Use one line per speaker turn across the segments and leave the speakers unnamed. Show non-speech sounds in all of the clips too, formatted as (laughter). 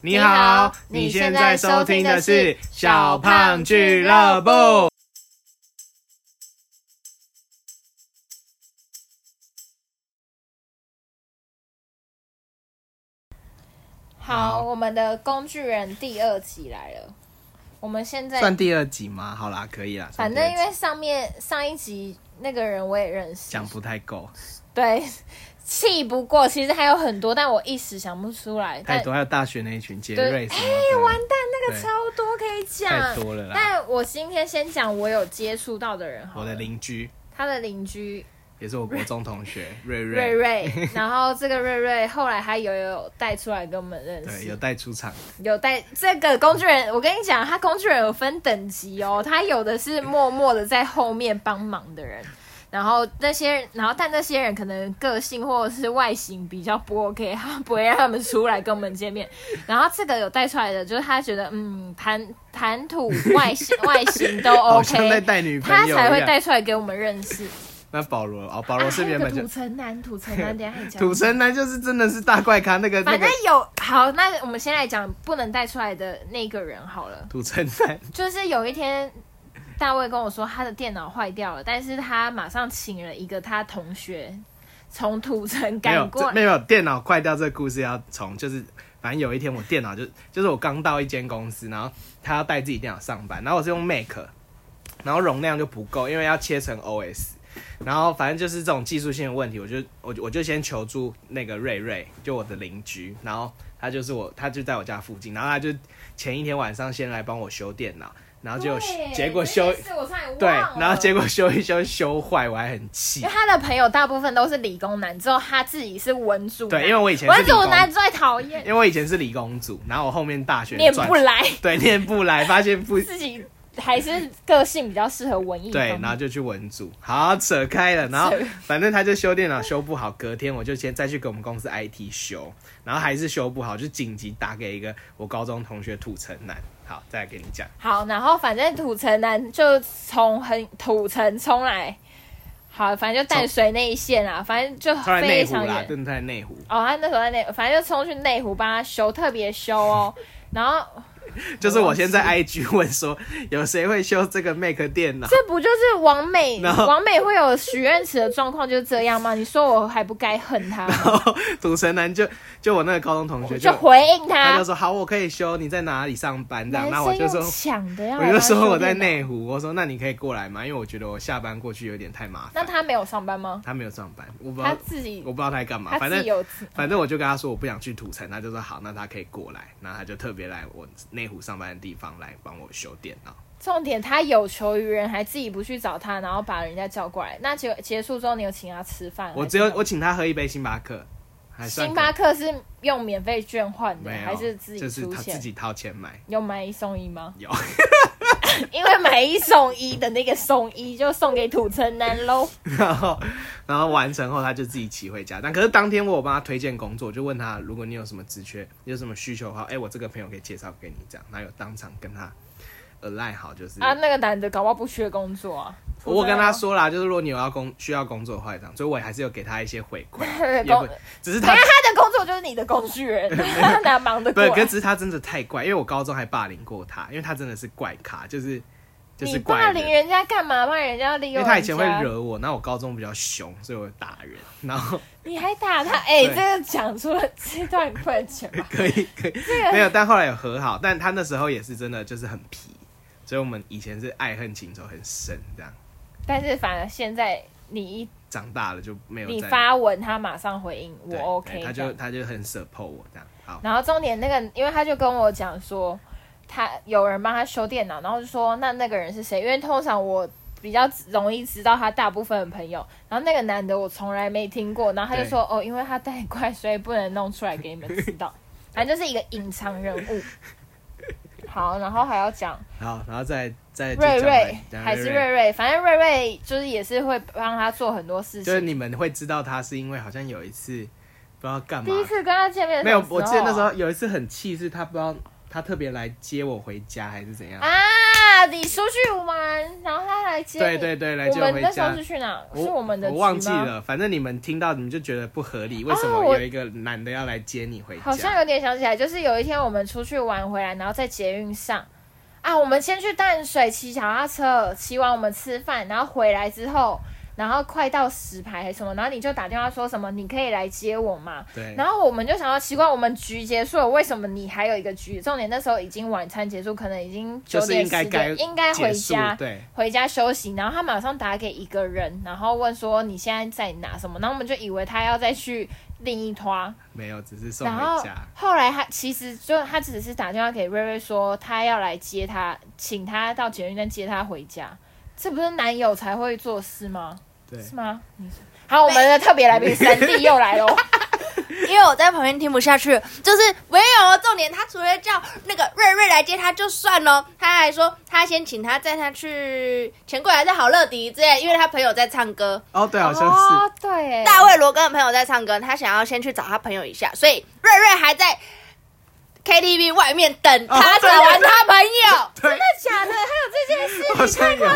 你
好
好，你现在收听的是《小胖俱乐部》。
好，我们的工具人第二集来了。我们现在
算第二集吗？好啦，可以啦。
反
算第二
正
集
因为上面上一集那个人我也认识，
讲不太够，
对，气不过。其实还有很多，但我一时想不出来。
太
但
多，还有大学那一群杰
对哎
瑞什么的，
完蛋，那个
对
超多可以讲，
太多了啦
但我今天先讲我有接触到的人好
我
了，
的邻居
他的邻居
也是我国中同学瑞
瑞
瑞，
瑞，然后这个瑞瑞后来他有有带出来跟我们认
对，
识，
有带出场，
有带这个工具人，我跟你讲，他工具人有分等级哦，他有的是默默的在后面帮忙的人。然后那些人，然后但那些人可能个性或者是外形比较不 OK，他不会让他们出来跟我们见面。然后这个有带出来的，就是他觉得嗯，谈谈吐外形外
(laughs)
形都
好哦像在
OK，
带女朋
他
友一
才会带
样。
出来给我们认
(laughs)
识。
那保罗哦，保罗是
啊还
原
有个
本就
(laughs) 土城男，土城男，等一下还讲。
土城男，就是真的是大怪咖那个那
反
个
正有好，那我们先来讲不能带出来的那个人好了。
土城男，
就是有一天，大卫跟我说他的电脑坏掉了，但是他马上请了一个他同学从土城
没有
赶过
这
来
没。有电脑坏掉这个故事要从就是。反正有一天我电脑就就是我刚到一间公司，然后他要带自己电脑上班，然后我是用 Mac，然后容量就不够，因为要切成 OS，然后反正就是这种技术性的问题，我就我就我就先求助那个瑞瑞，就我的邻居，然后他就是我，他就在我家附近，然后他就前一天晚上先来帮我修电脑，然后就
对
结果
这
修
件事我差点忘
对，然后结
果。
果修一修修坏，我还很气
因为，他的朋友大部分都是理工男，之后他自己是文组男。
对，因为我以前是
文
理工
组，男最讨厌，
因为我以前是理工组，然后我后面大学
念
转
不来， (laughs)
对，念不来，发现不
自己还是个性比较适合文艺方
对，
面。
然后就去文组，好扯开了，然后
扯
反正他就修电脑修不好，隔天我就先再去给我们公司 IT 修，然后还是修不好，就紧急打给一个我高中同学土城男，好，再来给你讲，
好，然后反正土城男就从很土城冲来，好，反正就淡水那一线啦，反正就
他在内
非
湖
常
啦，
远。
真的在内湖，
哦，他那时候在内，反正就冲去内湖帮他修，特别
(laughs)
修哦。然后
就是我先在 IG (laughs) 问说有谁会修这个 Mac 电脑，
这不就是王美，
(laughs) 然后
王美会有许愿池的状况就是这样吗？你说我还不该恨他
(laughs)
吗，
然后土城男就就我那个高中同学
就
就。
回应
他就
他。哎
说好，我可以修。你在哪里上班？这样，
男
那我
生
就说
用抢的要，
我就说我在。内湖，我说那你可以过来吗？因为我觉得我下班过去有点太麻
那
烦。
他没有上班吗？
他没有上班，我不知
他
道，
自己
我不知道他在干嘛。
他
反
自己
正
有
反正我就跟他说我不想去土城，他就说好，那他可以过来。然后他就特别来我内湖上班的地方来帮我修电脑。
重点，他有求于人，还自己不去找他，然后把人家叫过来。那结结束之后，你有请他吃饭？
我
还是
只有
没
我请他喝一杯星巴克，还算
星
可
巴克是用免费券换的，
没有，
还是自己
就是
出
他
钱？
自己掏钱买。
有买一送一吗？ (laughs)
有，
因为买一送一的那个送一就送给土城男喽。
(laughs) 然后然后完成后他就自己骑回家。但可是当天我有帮他推荐工作，我就问他如果你有什么职缺，你有什么需求的话，哎、我这个朋友可以介绍给你这样。然后有当场跟他 align 好，就是、
啊，那个男的搞不好不缺工作啊。，
我跟他说啦，就是如果你有要工需要工作的话，这样，所以我也还是有给他一些回馈啊
(laughs) 啊工，
也不
等
只是
(laughs) 下
他。
他的工作就是你的工具人，
(laughs)
他哪忙得
不
过
是，
来？
可是只是他真的太怪，因为我高中还霸凌过他，因为他真的是怪咖，就是就是
你
怪
霸
人
凌人家干嘛？骂人家利
因
用
为
人家？
他以前会惹我，然后我高中比较凶，所以我打人，然后
你还打他？哎、
对？
这个讲出了这段不能讲吧
(laughs) 可以可以，没有，但后来有和好，但他那时候也是真的就是很皮，所以我们以前是爱恨情仇很深，这样
但是反而现在你一
长大了就没有
你
再
发文，他马上回应我
对
OK
他
这样
就他就很 support 我这样，好，
然后重点那个，因为他就跟我讲说，他有人帮他修电脑，然后就说那那个人是谁？因为通常我比较容易知道他大部分的朋友，然后那个男的我从来没听过，然后他就说哦，因为他带怪，所以不能弄出来给你们知道，
(laughs)
反正就是一个隐藏人物。好，然后还
(laughs)
要讲
好，然后再再
瑞
就讲
瑞
回讲
还是
瑞
瑞，瑞，反正瑞瑞就是也是会帮他做很多事
就是
情。
你们会知道他是因为好像有一次不知道干嘛
第，一次跟他见面的
没
时
有
候，
我记得那时候有一次很气，是他不知道他特别来接我回家还是怎样，
啊，了李叔去我们，然后他来接你
对对对，来
我
接我
们
回
那时
家
候是。去哪？是我们的
我
局
忘记
吗，
了，反正你们听到你们就觉得不合理，为什么
哦我
有一个男的要来接你回家？
好像有点想起来，就是有一天我们出去玩回来，然后在捷运上啊，我们先去淡水骑脚踏车，骑完我们吃饭，然后回来之后，然后快到石牌还是什么，然后你就打电话说什么你可以来接我嘛，
对，
然后我们就想到奇怪，我们局结束了，为什么你还有一个局？重点那时候已经晚餐结束，可能已经
就
九
是
点
应该
十点，
该
应该回
结束
家。
对，
回家休息，然后他马上打给一个人，然后问说你现在在哪什么，然后我们就以为他要再去另一拖，
没有，只是送
然后
回家。
后来他其实就他只是打电话给瑞瑞说他要来接他，请他到捷运站接他回家，这不是男友才会做事吗？
对，
是吗？你说好，我们的特别来宾三弟又来喽，
因为我在旁边听不下去，就是没有哦。重点，他除了叫那个瑞瑞来接他就算喽，他还说他先请他载他去钱柜还是好乐迪之类，因为他朋友在唱歌，
哦， (laughs) 对，好像是。 (laughs)
哦、对，
大卫罗根的朋友在唱歌，他想要先去找他朋友一下，所以瑞瑞还在 KTV 外面等
哦
他找完他朋
哦
友。
对，
假的，还有这件事。
(laughs) 好像有。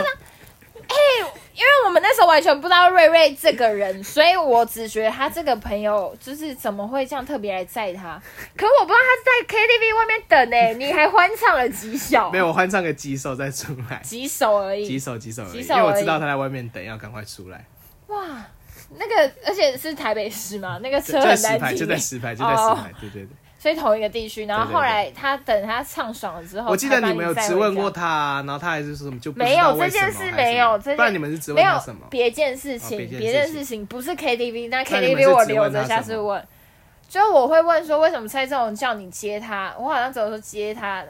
因为我们那时候完全不知道瑞瑞这个人， (laughs) 所以我只觉得他这个朋友就是怎么会这样特别来载他？可我不知道他是在 KTV 外面等呢、欸
(laughs)
你还欢唱了几小，
没有，我换唱个几首再出来，
几首而
几
已。
首几首而已，
几
因
首
为我
而
知道
已
他在外面等，要赶快出来。
哇，那个而且是台北市嘛，那个
就
车
就在
很
石
难
牌，就
停
在
欸，
石牌，就在石牌。对对对，
所以同一个地区。然后
对对对
后来他等他唱爽了之后，
我记得
才把
你
你
们有
载
质
回
问
家
过他啊，然后他还是说什么就不知
没
道
有
为
这
什么
件事
还
没有
是
这
不然
件
你们是质
没
问他
有
什么？
别件事情，
哦别件
别件
事情
事情不是 KTV，那
那你们是
KTV 我
质
留
问
着
他
下
什
次
么
问。就我会问说，为什么蔡正荣叫你接他？我好像只有说接他，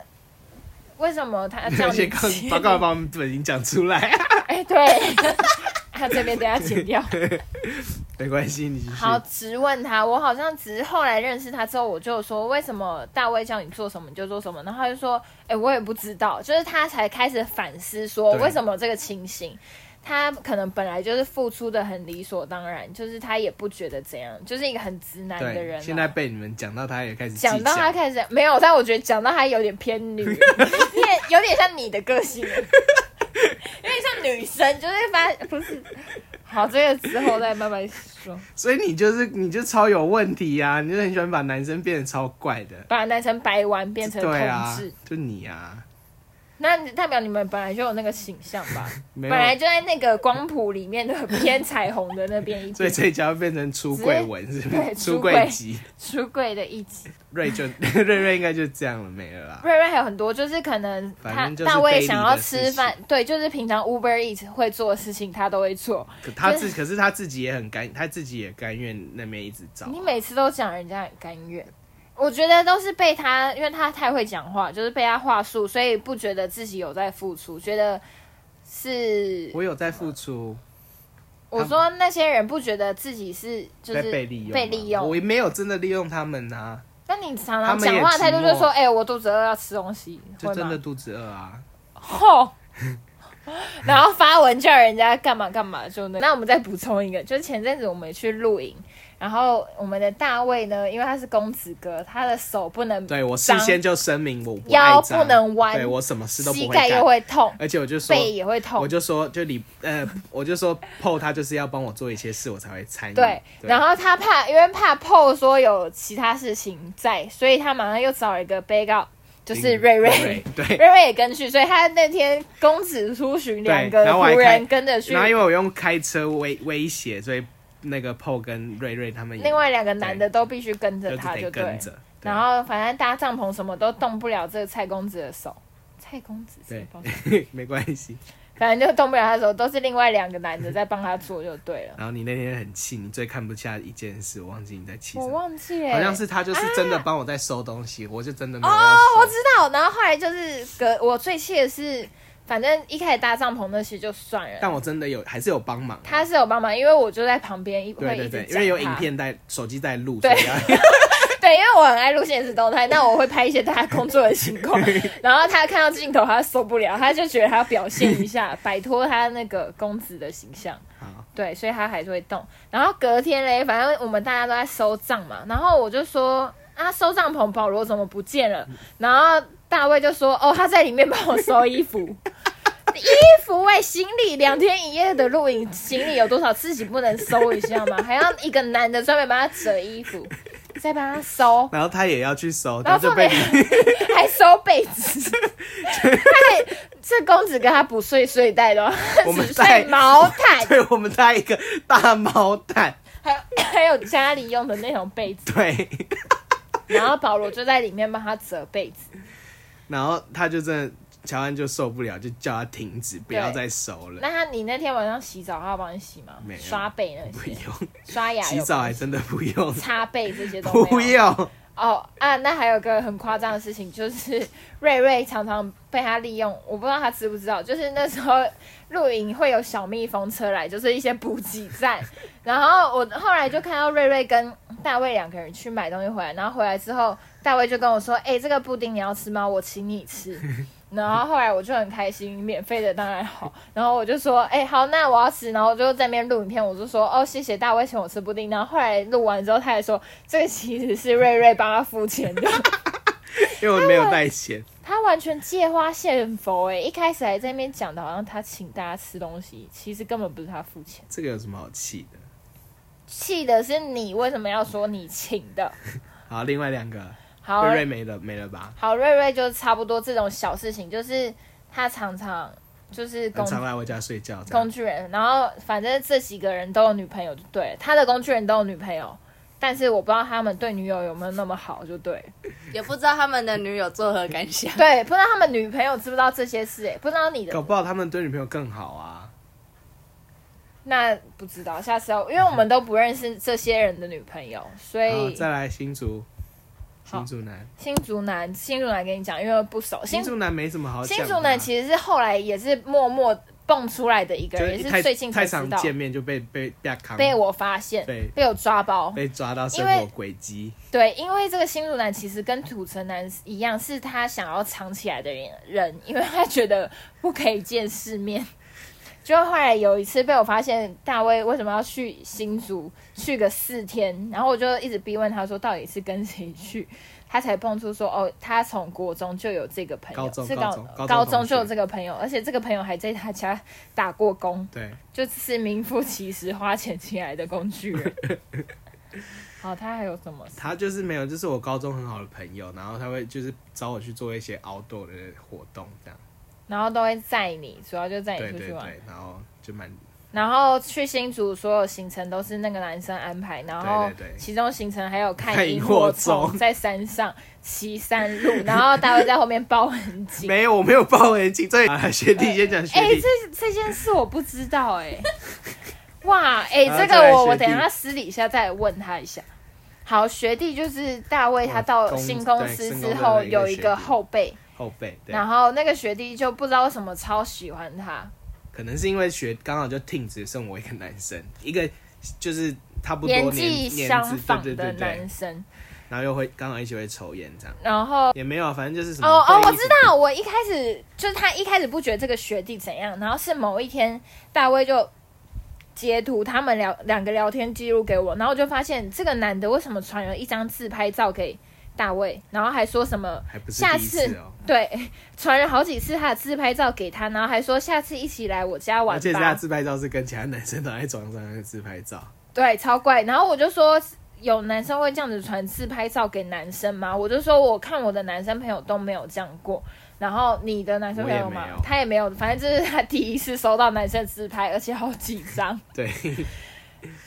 为什么他
(laughs)
叫
有
你接
些刚？报告把我们本已经讲出来， (laughs)
哎、对， (laughs) 他这边等下剪掉。
没关系，你继续。
好，直问他。我好像只是后来认识他之后，我就说为什么大卫叫你做什么你就做什么，然后他就说，哎、我也不知道，就是他才开始反思说
对
为什么有这个情形。他可能本来就是付出的很理所当然，就是他也不觉得怎样，就是一个很直男的人
对，
啊、
现在被你们讲到，他也开始计
讲到他
较
开始没有，但我觉得讲到他有点偏
(laughs)
女，偏有点像你的个性， (laughs) 有点像女生，就是发不是。好，这个之后再慢慢说。
所以你就是你就超有问题呀、啊，你就很喜欢把男生变得超怪的，
把男生掰弯变成同
对啊
志，，
就你啊，
那代表你们本来就有那个形象吧？
(laughs) 没
本
有，
来就在那个光谱里面的偏彩虹的
(laughs)
那边一
所以
集，
这一集要变成出柜文是不是？
(laughs) 对
出
出
柜
柜
集，
出柜的一集。
瑞就 (laughs) 瑞瑞应该就这样了，没了啦。
瑞瑞还有很多，就是可能
反
他
正就是
大卫
daily
想要
的事
吃饭
情，
对，就是平常 Uber Eat 会做的事情，他都会做。
可他自可是他自己也很甘，他自己也甘愿那边一直找啊。
你每次都讲人家很甘愿，我觉得都是被他，因为他太会讲话，就是被他话术，所以不觉得自己有在付出，觉得是
我有在付出，
我说那些人不觉得自己是就是
在被利用啊，
被利用
我也没有真的利用他们啊，
那你常
他
常
们也
讲话态度就是说，
寂
哎、我肚子饿，要吃东西，
就
会
真的
吗？
肚子饿啊。
吼， (laughs) 然后发文叫人家干嘛干嘛，就那。那我们再补充一个，就是前阵子我们去露营，然后我们的大卫呢，因为他是公子哥，他的手不能，
对我事先就声明我不
腰
爱脏
不能弯
对我什么事都不
膝
会
盖
干
又，会痛，
而且我就说
背也会痛
我。就说，就你，呃，我就说，PO 他就是要帮我做一些事，我才会参与。
对，然后他怕，因为怕 PO 说有其他事情在，所以他马上又找了一个 b a g 就是瑞瑞，，
对。
瑞瑞也跟去，所以他那天公子出巡，两个
然后我还
仆
开
人跟着去
然，后因为我用开车威威胁，所以那个 PO 跟瑞瑞他们也
另外两个男的都必须跟
就
着
是
他，
得
就对
跟。着。对
然后反正搭帐篷什么都动不了这个蔡公子
(laughs)
的手，蔡公子是
对
吧，
(laughs) 没关系。
反正就动不了他的手，都是另外两个男的在帮他做就
(laughs)
对了。
然后你那天很气，你最看不下一件事，我忘记你在气什
我
么。
忘记了、
好像是他就是真的帮我在收东
(gasps)
西，我就真的没有要
哦，
收。
我知道。然后后来就是隔我最气的是，反正一开始搭帐篷那些就算了，
但我真的有还是有帮忙。啊
他是有帮忙，因为我就在旁边一
对
会
对
一直
对，
讲
因为有
他
影片在手机在录，
对
所以要 (laughs)
(laughs) 对，因为我很爱录现实动态，那我会拍一些大家工作的情况，然后他看到镜头，他受不了，他就觉得他要表现一下，摆脱他那个公子的形象。
好
对，所以他还是会动。然后隔天嘞，反正我们大家都在收帐嘛，然后我就说啊，收帐篷保罗怎么不见了？然后大卫就说哦，他在里面帮我收衣服。 (laughs) 衣服哎、行李两天一夜的露营，行李有多少自己不能收一下吗？还要一个男的专门帮他折衣服，再帮他收，
然后他也要去收，
然
他
后
就
重
被
点
你
还收被
(laughs)
子。他还这公子跟他不睡睡袋的哦，
我们
只
带
睡毛毯，
对我们带一个大毛毯，(coughs)
还有还有家里用的那种被
(laughs)
子，
对，
然后保罗就在里面帮他折被子。
然后他就真的乔安就受不了，就叫他停止，不要
对
再收了，
那他你那天晚上洗澡，他有帮你洗吗
没？有
刷背那哎
不
些，
用，
刷牙有
(laughs) 洗澡
帮
还
你洗
真的不用，
擦背这些都没有
不用，
哦啊，那还有个很夸张的事情，就是 (laughs) 瑞瑞常常被他利用，我不知道他知不知道，就是那时候露营会有小蜜蜂车来，就是一些补给站，然后我后来就看到瑞瑞跟大卫两个人去买东西回来，然后回来之后，大卫就跟我说：“哎、这个布丁你要吃吗？我请你吃。”然后后来我就很开心，免费的当然好。然后我就说，哎、好，那我要吃。然后我就在那边录影片，我就说，哦，谢谢大卫请我吃布丁。然后后来录完之后，他还说，这个其实是瑞瑞帮他付钱的。
因为我没有带钱，
他完全借花献佛、哎，一开始还在那边讲的好像他请大家吃东西，其实根本不是他付钱。
这个有什么好气的？
气的是你为什么要说你请的？
好，另外两个
好，
瑞瑞没了没了吧？
好，瑞瑞就是差不多这种小事情，就是他常常就是
很
公
常来我家睡觉，这
工
样
具人，然后反正这几个人都有女朋友就对了，他的工具人都有女朋友，但是我不知道他们对女友有没有那么好就对了，
也不知道他们的女友作何感想。
对，不知道他们女朋友知不知道这些事、哎，不知道你
搞
的
不好他们对女朋友更好啊。
那不知道，下次要，因为我们都不认识这些人的女朋友，所
好，
以
再来新竹，
好
新竹南，
新竹男，新竹男跟你讲，因为不熟，新
新竹南没什么好讲的
新
啊。
竹男其实是后来也是默默蹦出来的一个
就
人，也
是
是
太
最近才
太
知
常
道。
见面就被被被扛
被我发现，
对
被我抓包。
(laughs) 被抓到生
因
活
为
轨迹，
对，因为这个新竹男其实跟土城男一样，是他想要藏起来的人，人，因为他觉得不可以见世面。就后来有一次被我发现，大卫为什么要去新竹去个四天，然后我就一直逼问他说，到底是跟谁去？他才蹦出说，哦，他从国中就有这个朋
高
友，
中
是
高中高中
高
同
中
学
就有这个朋友，而且这个朋友还在他家打过工。
对，
就只是名副其实花钱请来的工
(laughs)
具人。好，他还有什么事？
他就是没有，就是我高中很好的朋友，然后他会就是找我去做一些 outdoor 的活动，这样，
然后都会载你，主要就载你
对
出
对
去玩。
对，然后就蛮
然后去新竹所有行程都是那个男生安排，然后
对对对
其中行程还有看
看
萤
萤
火
火
虫，
虫
在山上骑山
(laughs)
路，然后大卫在后面包很紧。
没有，我没有报恩情，这啊学弟先讲学
哎、
弟，
这这件事我不知道哎、
(laughs)
哇，哎、
然后
这
再来
个我
啊学
我等一
弟
下私底下再问他一下。好，学弟就是大卫，他到
公
新公
对
司
新
之
公司
后
的一个
有一
学
个
弟
后辈，
后辈，对，
然后那个学弟就不知道为什么超喜欢他，
可能是因为学刚好就停止剩我一个男生，一个就是差不多
年
年
纪
年
相
资
仿
对
的
对对
男
对，
生，
然后又会刚好一起会抽烟这样，
然后。
也没有啊，反正就是什么
哦哦，
会
我
议
知
什么
道，我一开始就是他一开始不觉得这个学弟怎样，然后是某一天大卫就截图他们聊两个聊天记录给我，然后我就发现这个男的为什么传了一张自拍照给大卫，然后还说什么
还不是
下
第一
次
次哦，
对 (laughs) 传了好几次他的自拍照给他，然后还说下次一起来我家玩
而且是他
吧，
自拍照是跟其他男生躺在床上的自拍照，
对，超怪。然后我就说。有男生会这样子传自拍照给男生吗？我就说我看我的男生朋友都没有这样过，然后你的男生朋友
我也
吗
没有？
他也没有，反正这是他第一次收到男生自拍，而且好几
(laughs)
张，
对。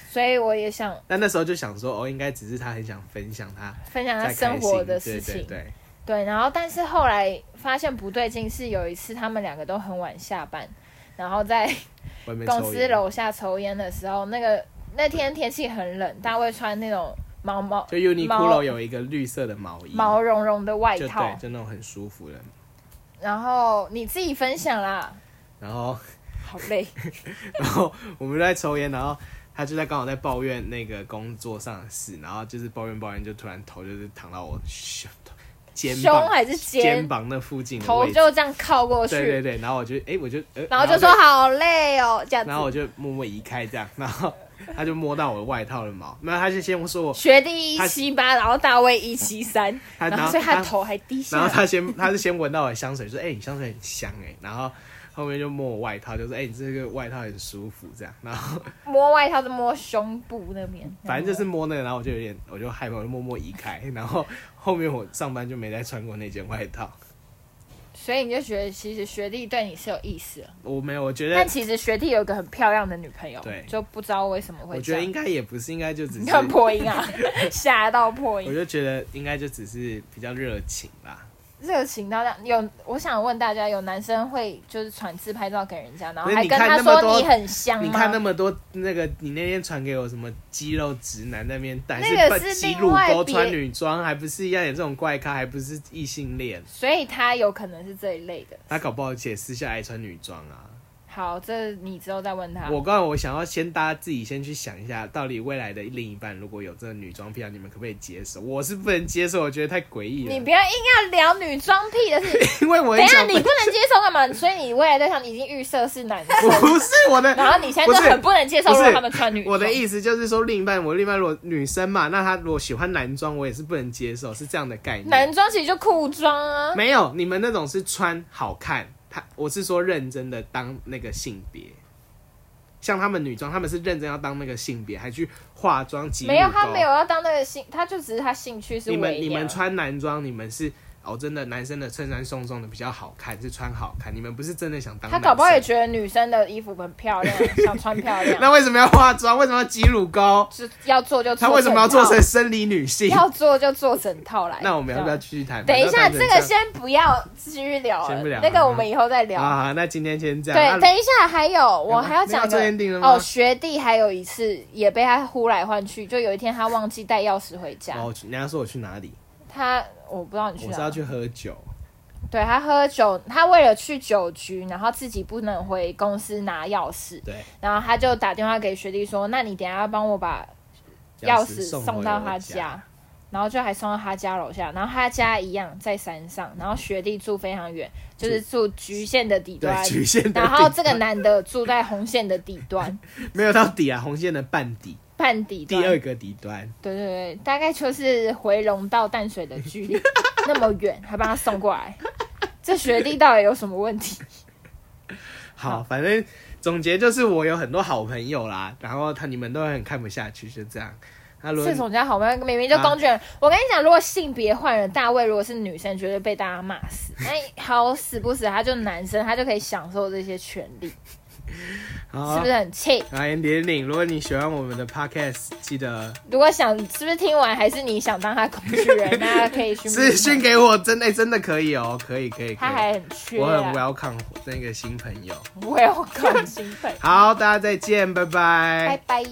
所以我也想
但那时候就想说，哦，应该只是他很想分享他
分享
在
他
开心
生活的事情。
对对对，
对，然后但是后来发现不对劲，是有一次他们两个都很晚下班，然后在
外面抽烟
公司楼下抽烟的时候，那个那天天气很冷，大卫穿那种毛毛
就 Uniqlo
毛
有一个绿色的毛衣，
毛茸茸的外
就
套
对，，嗯就那种很舒服的。
然后你自己分享啦，
然后，
好
(laughs)
累。
然后我们就在抽烟，然后他就在刚好在抱怨那个工作上的事，然后就是抱怨抱怨，就突然头就是躺到我胸肩膀
胸还是肩
肩膀那附近的
头
位置，
就这样靠过去，
对对对，然后我就哎、我就呃，
然后 (laughs) 就说好累哦，这样
然后我
子。
就默默移开这样，然后他就摸到我的外套的毛，没有，他就先说我，
学弟一
他
七八，然后大卫一七三，
他然
然后
后
所以他
他
头还低下
(laughs) 然后
来。
他先他是先闻到我的香水，说哎、你香水很香哎、然后后面就摸我外套，就说：“哎、你这个外套很舒服。”这样，然后 (laughs)
摸外套就摸胸部那边，
反正就是摸那个，然后我就有点，我就害怕，我就默默移开。然后后面我上班就没再穿过那件外套。
所以你就觉得其实学弟对你是有意思了，
我没有，我觉
但
得，
其实学弟有一个很漂亮的女朋友，
对
就不知道为什么会
我
这
觉得
样。
应该也不是，应该就只
(laughs) 你
是，
看破音啊， (laughs) 吓到破
我
音，
就觉得应该就只是比较热情啦。
热情到这样。有，我想问大家，有男生会就是传自拍照给人家，然后
不是
还
你
跟
看
他
那么
说
多
你很香吗？
你看那么多那个，你那天传给我什么肌肉直男那边，但
那个是
挤
另
乳
外
沟
别
穿女装，还不是一样有这种怪咖，还不是异性恋？
所以他有可能是这一类的。
他搞不好且私下还穿女装啊。
好，这你之后再问他。
我刚才我想要先大家自己先去想一下，到底未来的另一半如果有这个女装癖，好，你们可不可以接受？我是不能接受，我觉得太诡异
你
了
不。要硬要聊女装癖的事。
因为 (laughs) 我很
等一下，
想
你
分
不能接受干嘛？所以你未来对象已经预设是男生，
(laughs) 不是我的，
然后你现在
不
就是很不能接受，
不
如
是
果他们穿女装。
我的意思就是说，另一半我另一半如果女生嘛，那她如果喜欢男装，我也是不能接受，是这样的概念。
男装其实就裤装啊，
没有，你们那种是穿好看，他我是说认真的当那个性别。像他们女装，他们是认真要当那个性别，还去化妆、挤
没有
乳
他
沟
没有要当那个兴，他就只是他兴趣是
你们
微
你
凉
们穿男装，你们是哦，真的男生的衬衫松松的比较好看，是穿好看。你们不是真的想当
他
男
搞不好也
生
觉得女生的衣服很漂
(laughs)
亮，啊想穿漂亮，
那为什么要化妆？为什么要挤乳沟？
就要做就
他
做整套。
为什么要做成生理女性？
要做就做整套来？
(laughs) 那我们要不要
这样？
继续谈？
等一
反
下，
正
这
谈
个
成
先不要继续聊了
先不聊
那个
了
我们以后再聊。
好好，好那今天先这样。
对，
啊
等一下还有，我还要
那
讲一
要做 ending 了
个
吗
哦，学弟还有一次也被他呼来唤去，就有一天他忘记带钥匙回家，
哦，我去人家说我去哪里？
他我不知道你去
我是
哪
要，去喝酒。
对他喝酒，他为了去酒局，然后自己不能回公司拿钥匙，
对，
然后他就打电话给学弟说：“那你等一下帮我把钥
钥
匙
匙
送
回
到
我
他
家。
家，然后就还送到他家楼下，然后他家一样在山上，然后学弟住非常远，就是住局限的底端
对，。曲线的底，
啊然后这个男的住在红线的底端，
没有到底啊，红线的半底，
半底
第
端。
二个底端。
对对对，大概就是回龙到淡水的距离 (laughs) 那么远，还帮他送过来，这学弟到底有什么问
(laughs)
题？
好，反正总结就是我有很多好朋友啦，然后他你们都很看不下去，就这样。那如
这
果
种叫好吗？明明就工具人。
啊
我跟你讲，如果性别换了，大卫如果是女生，绝对被大家骂死。那好死不死，他就男生，他就可以享受这些权利，是
好
不是，很气？
哦来点领，如果你喜欢我们的 podcast，记得
如果想是不是听完，还是你想当他工具
(laughs)
人，那可以去骂
私讯给我，真的、真的可以哦，可以可以可
他还
以，
很缺、
我很
啊，
welcome 那个新朋友。
我也我很兴奋。
好，大家再见，拜
拜拜。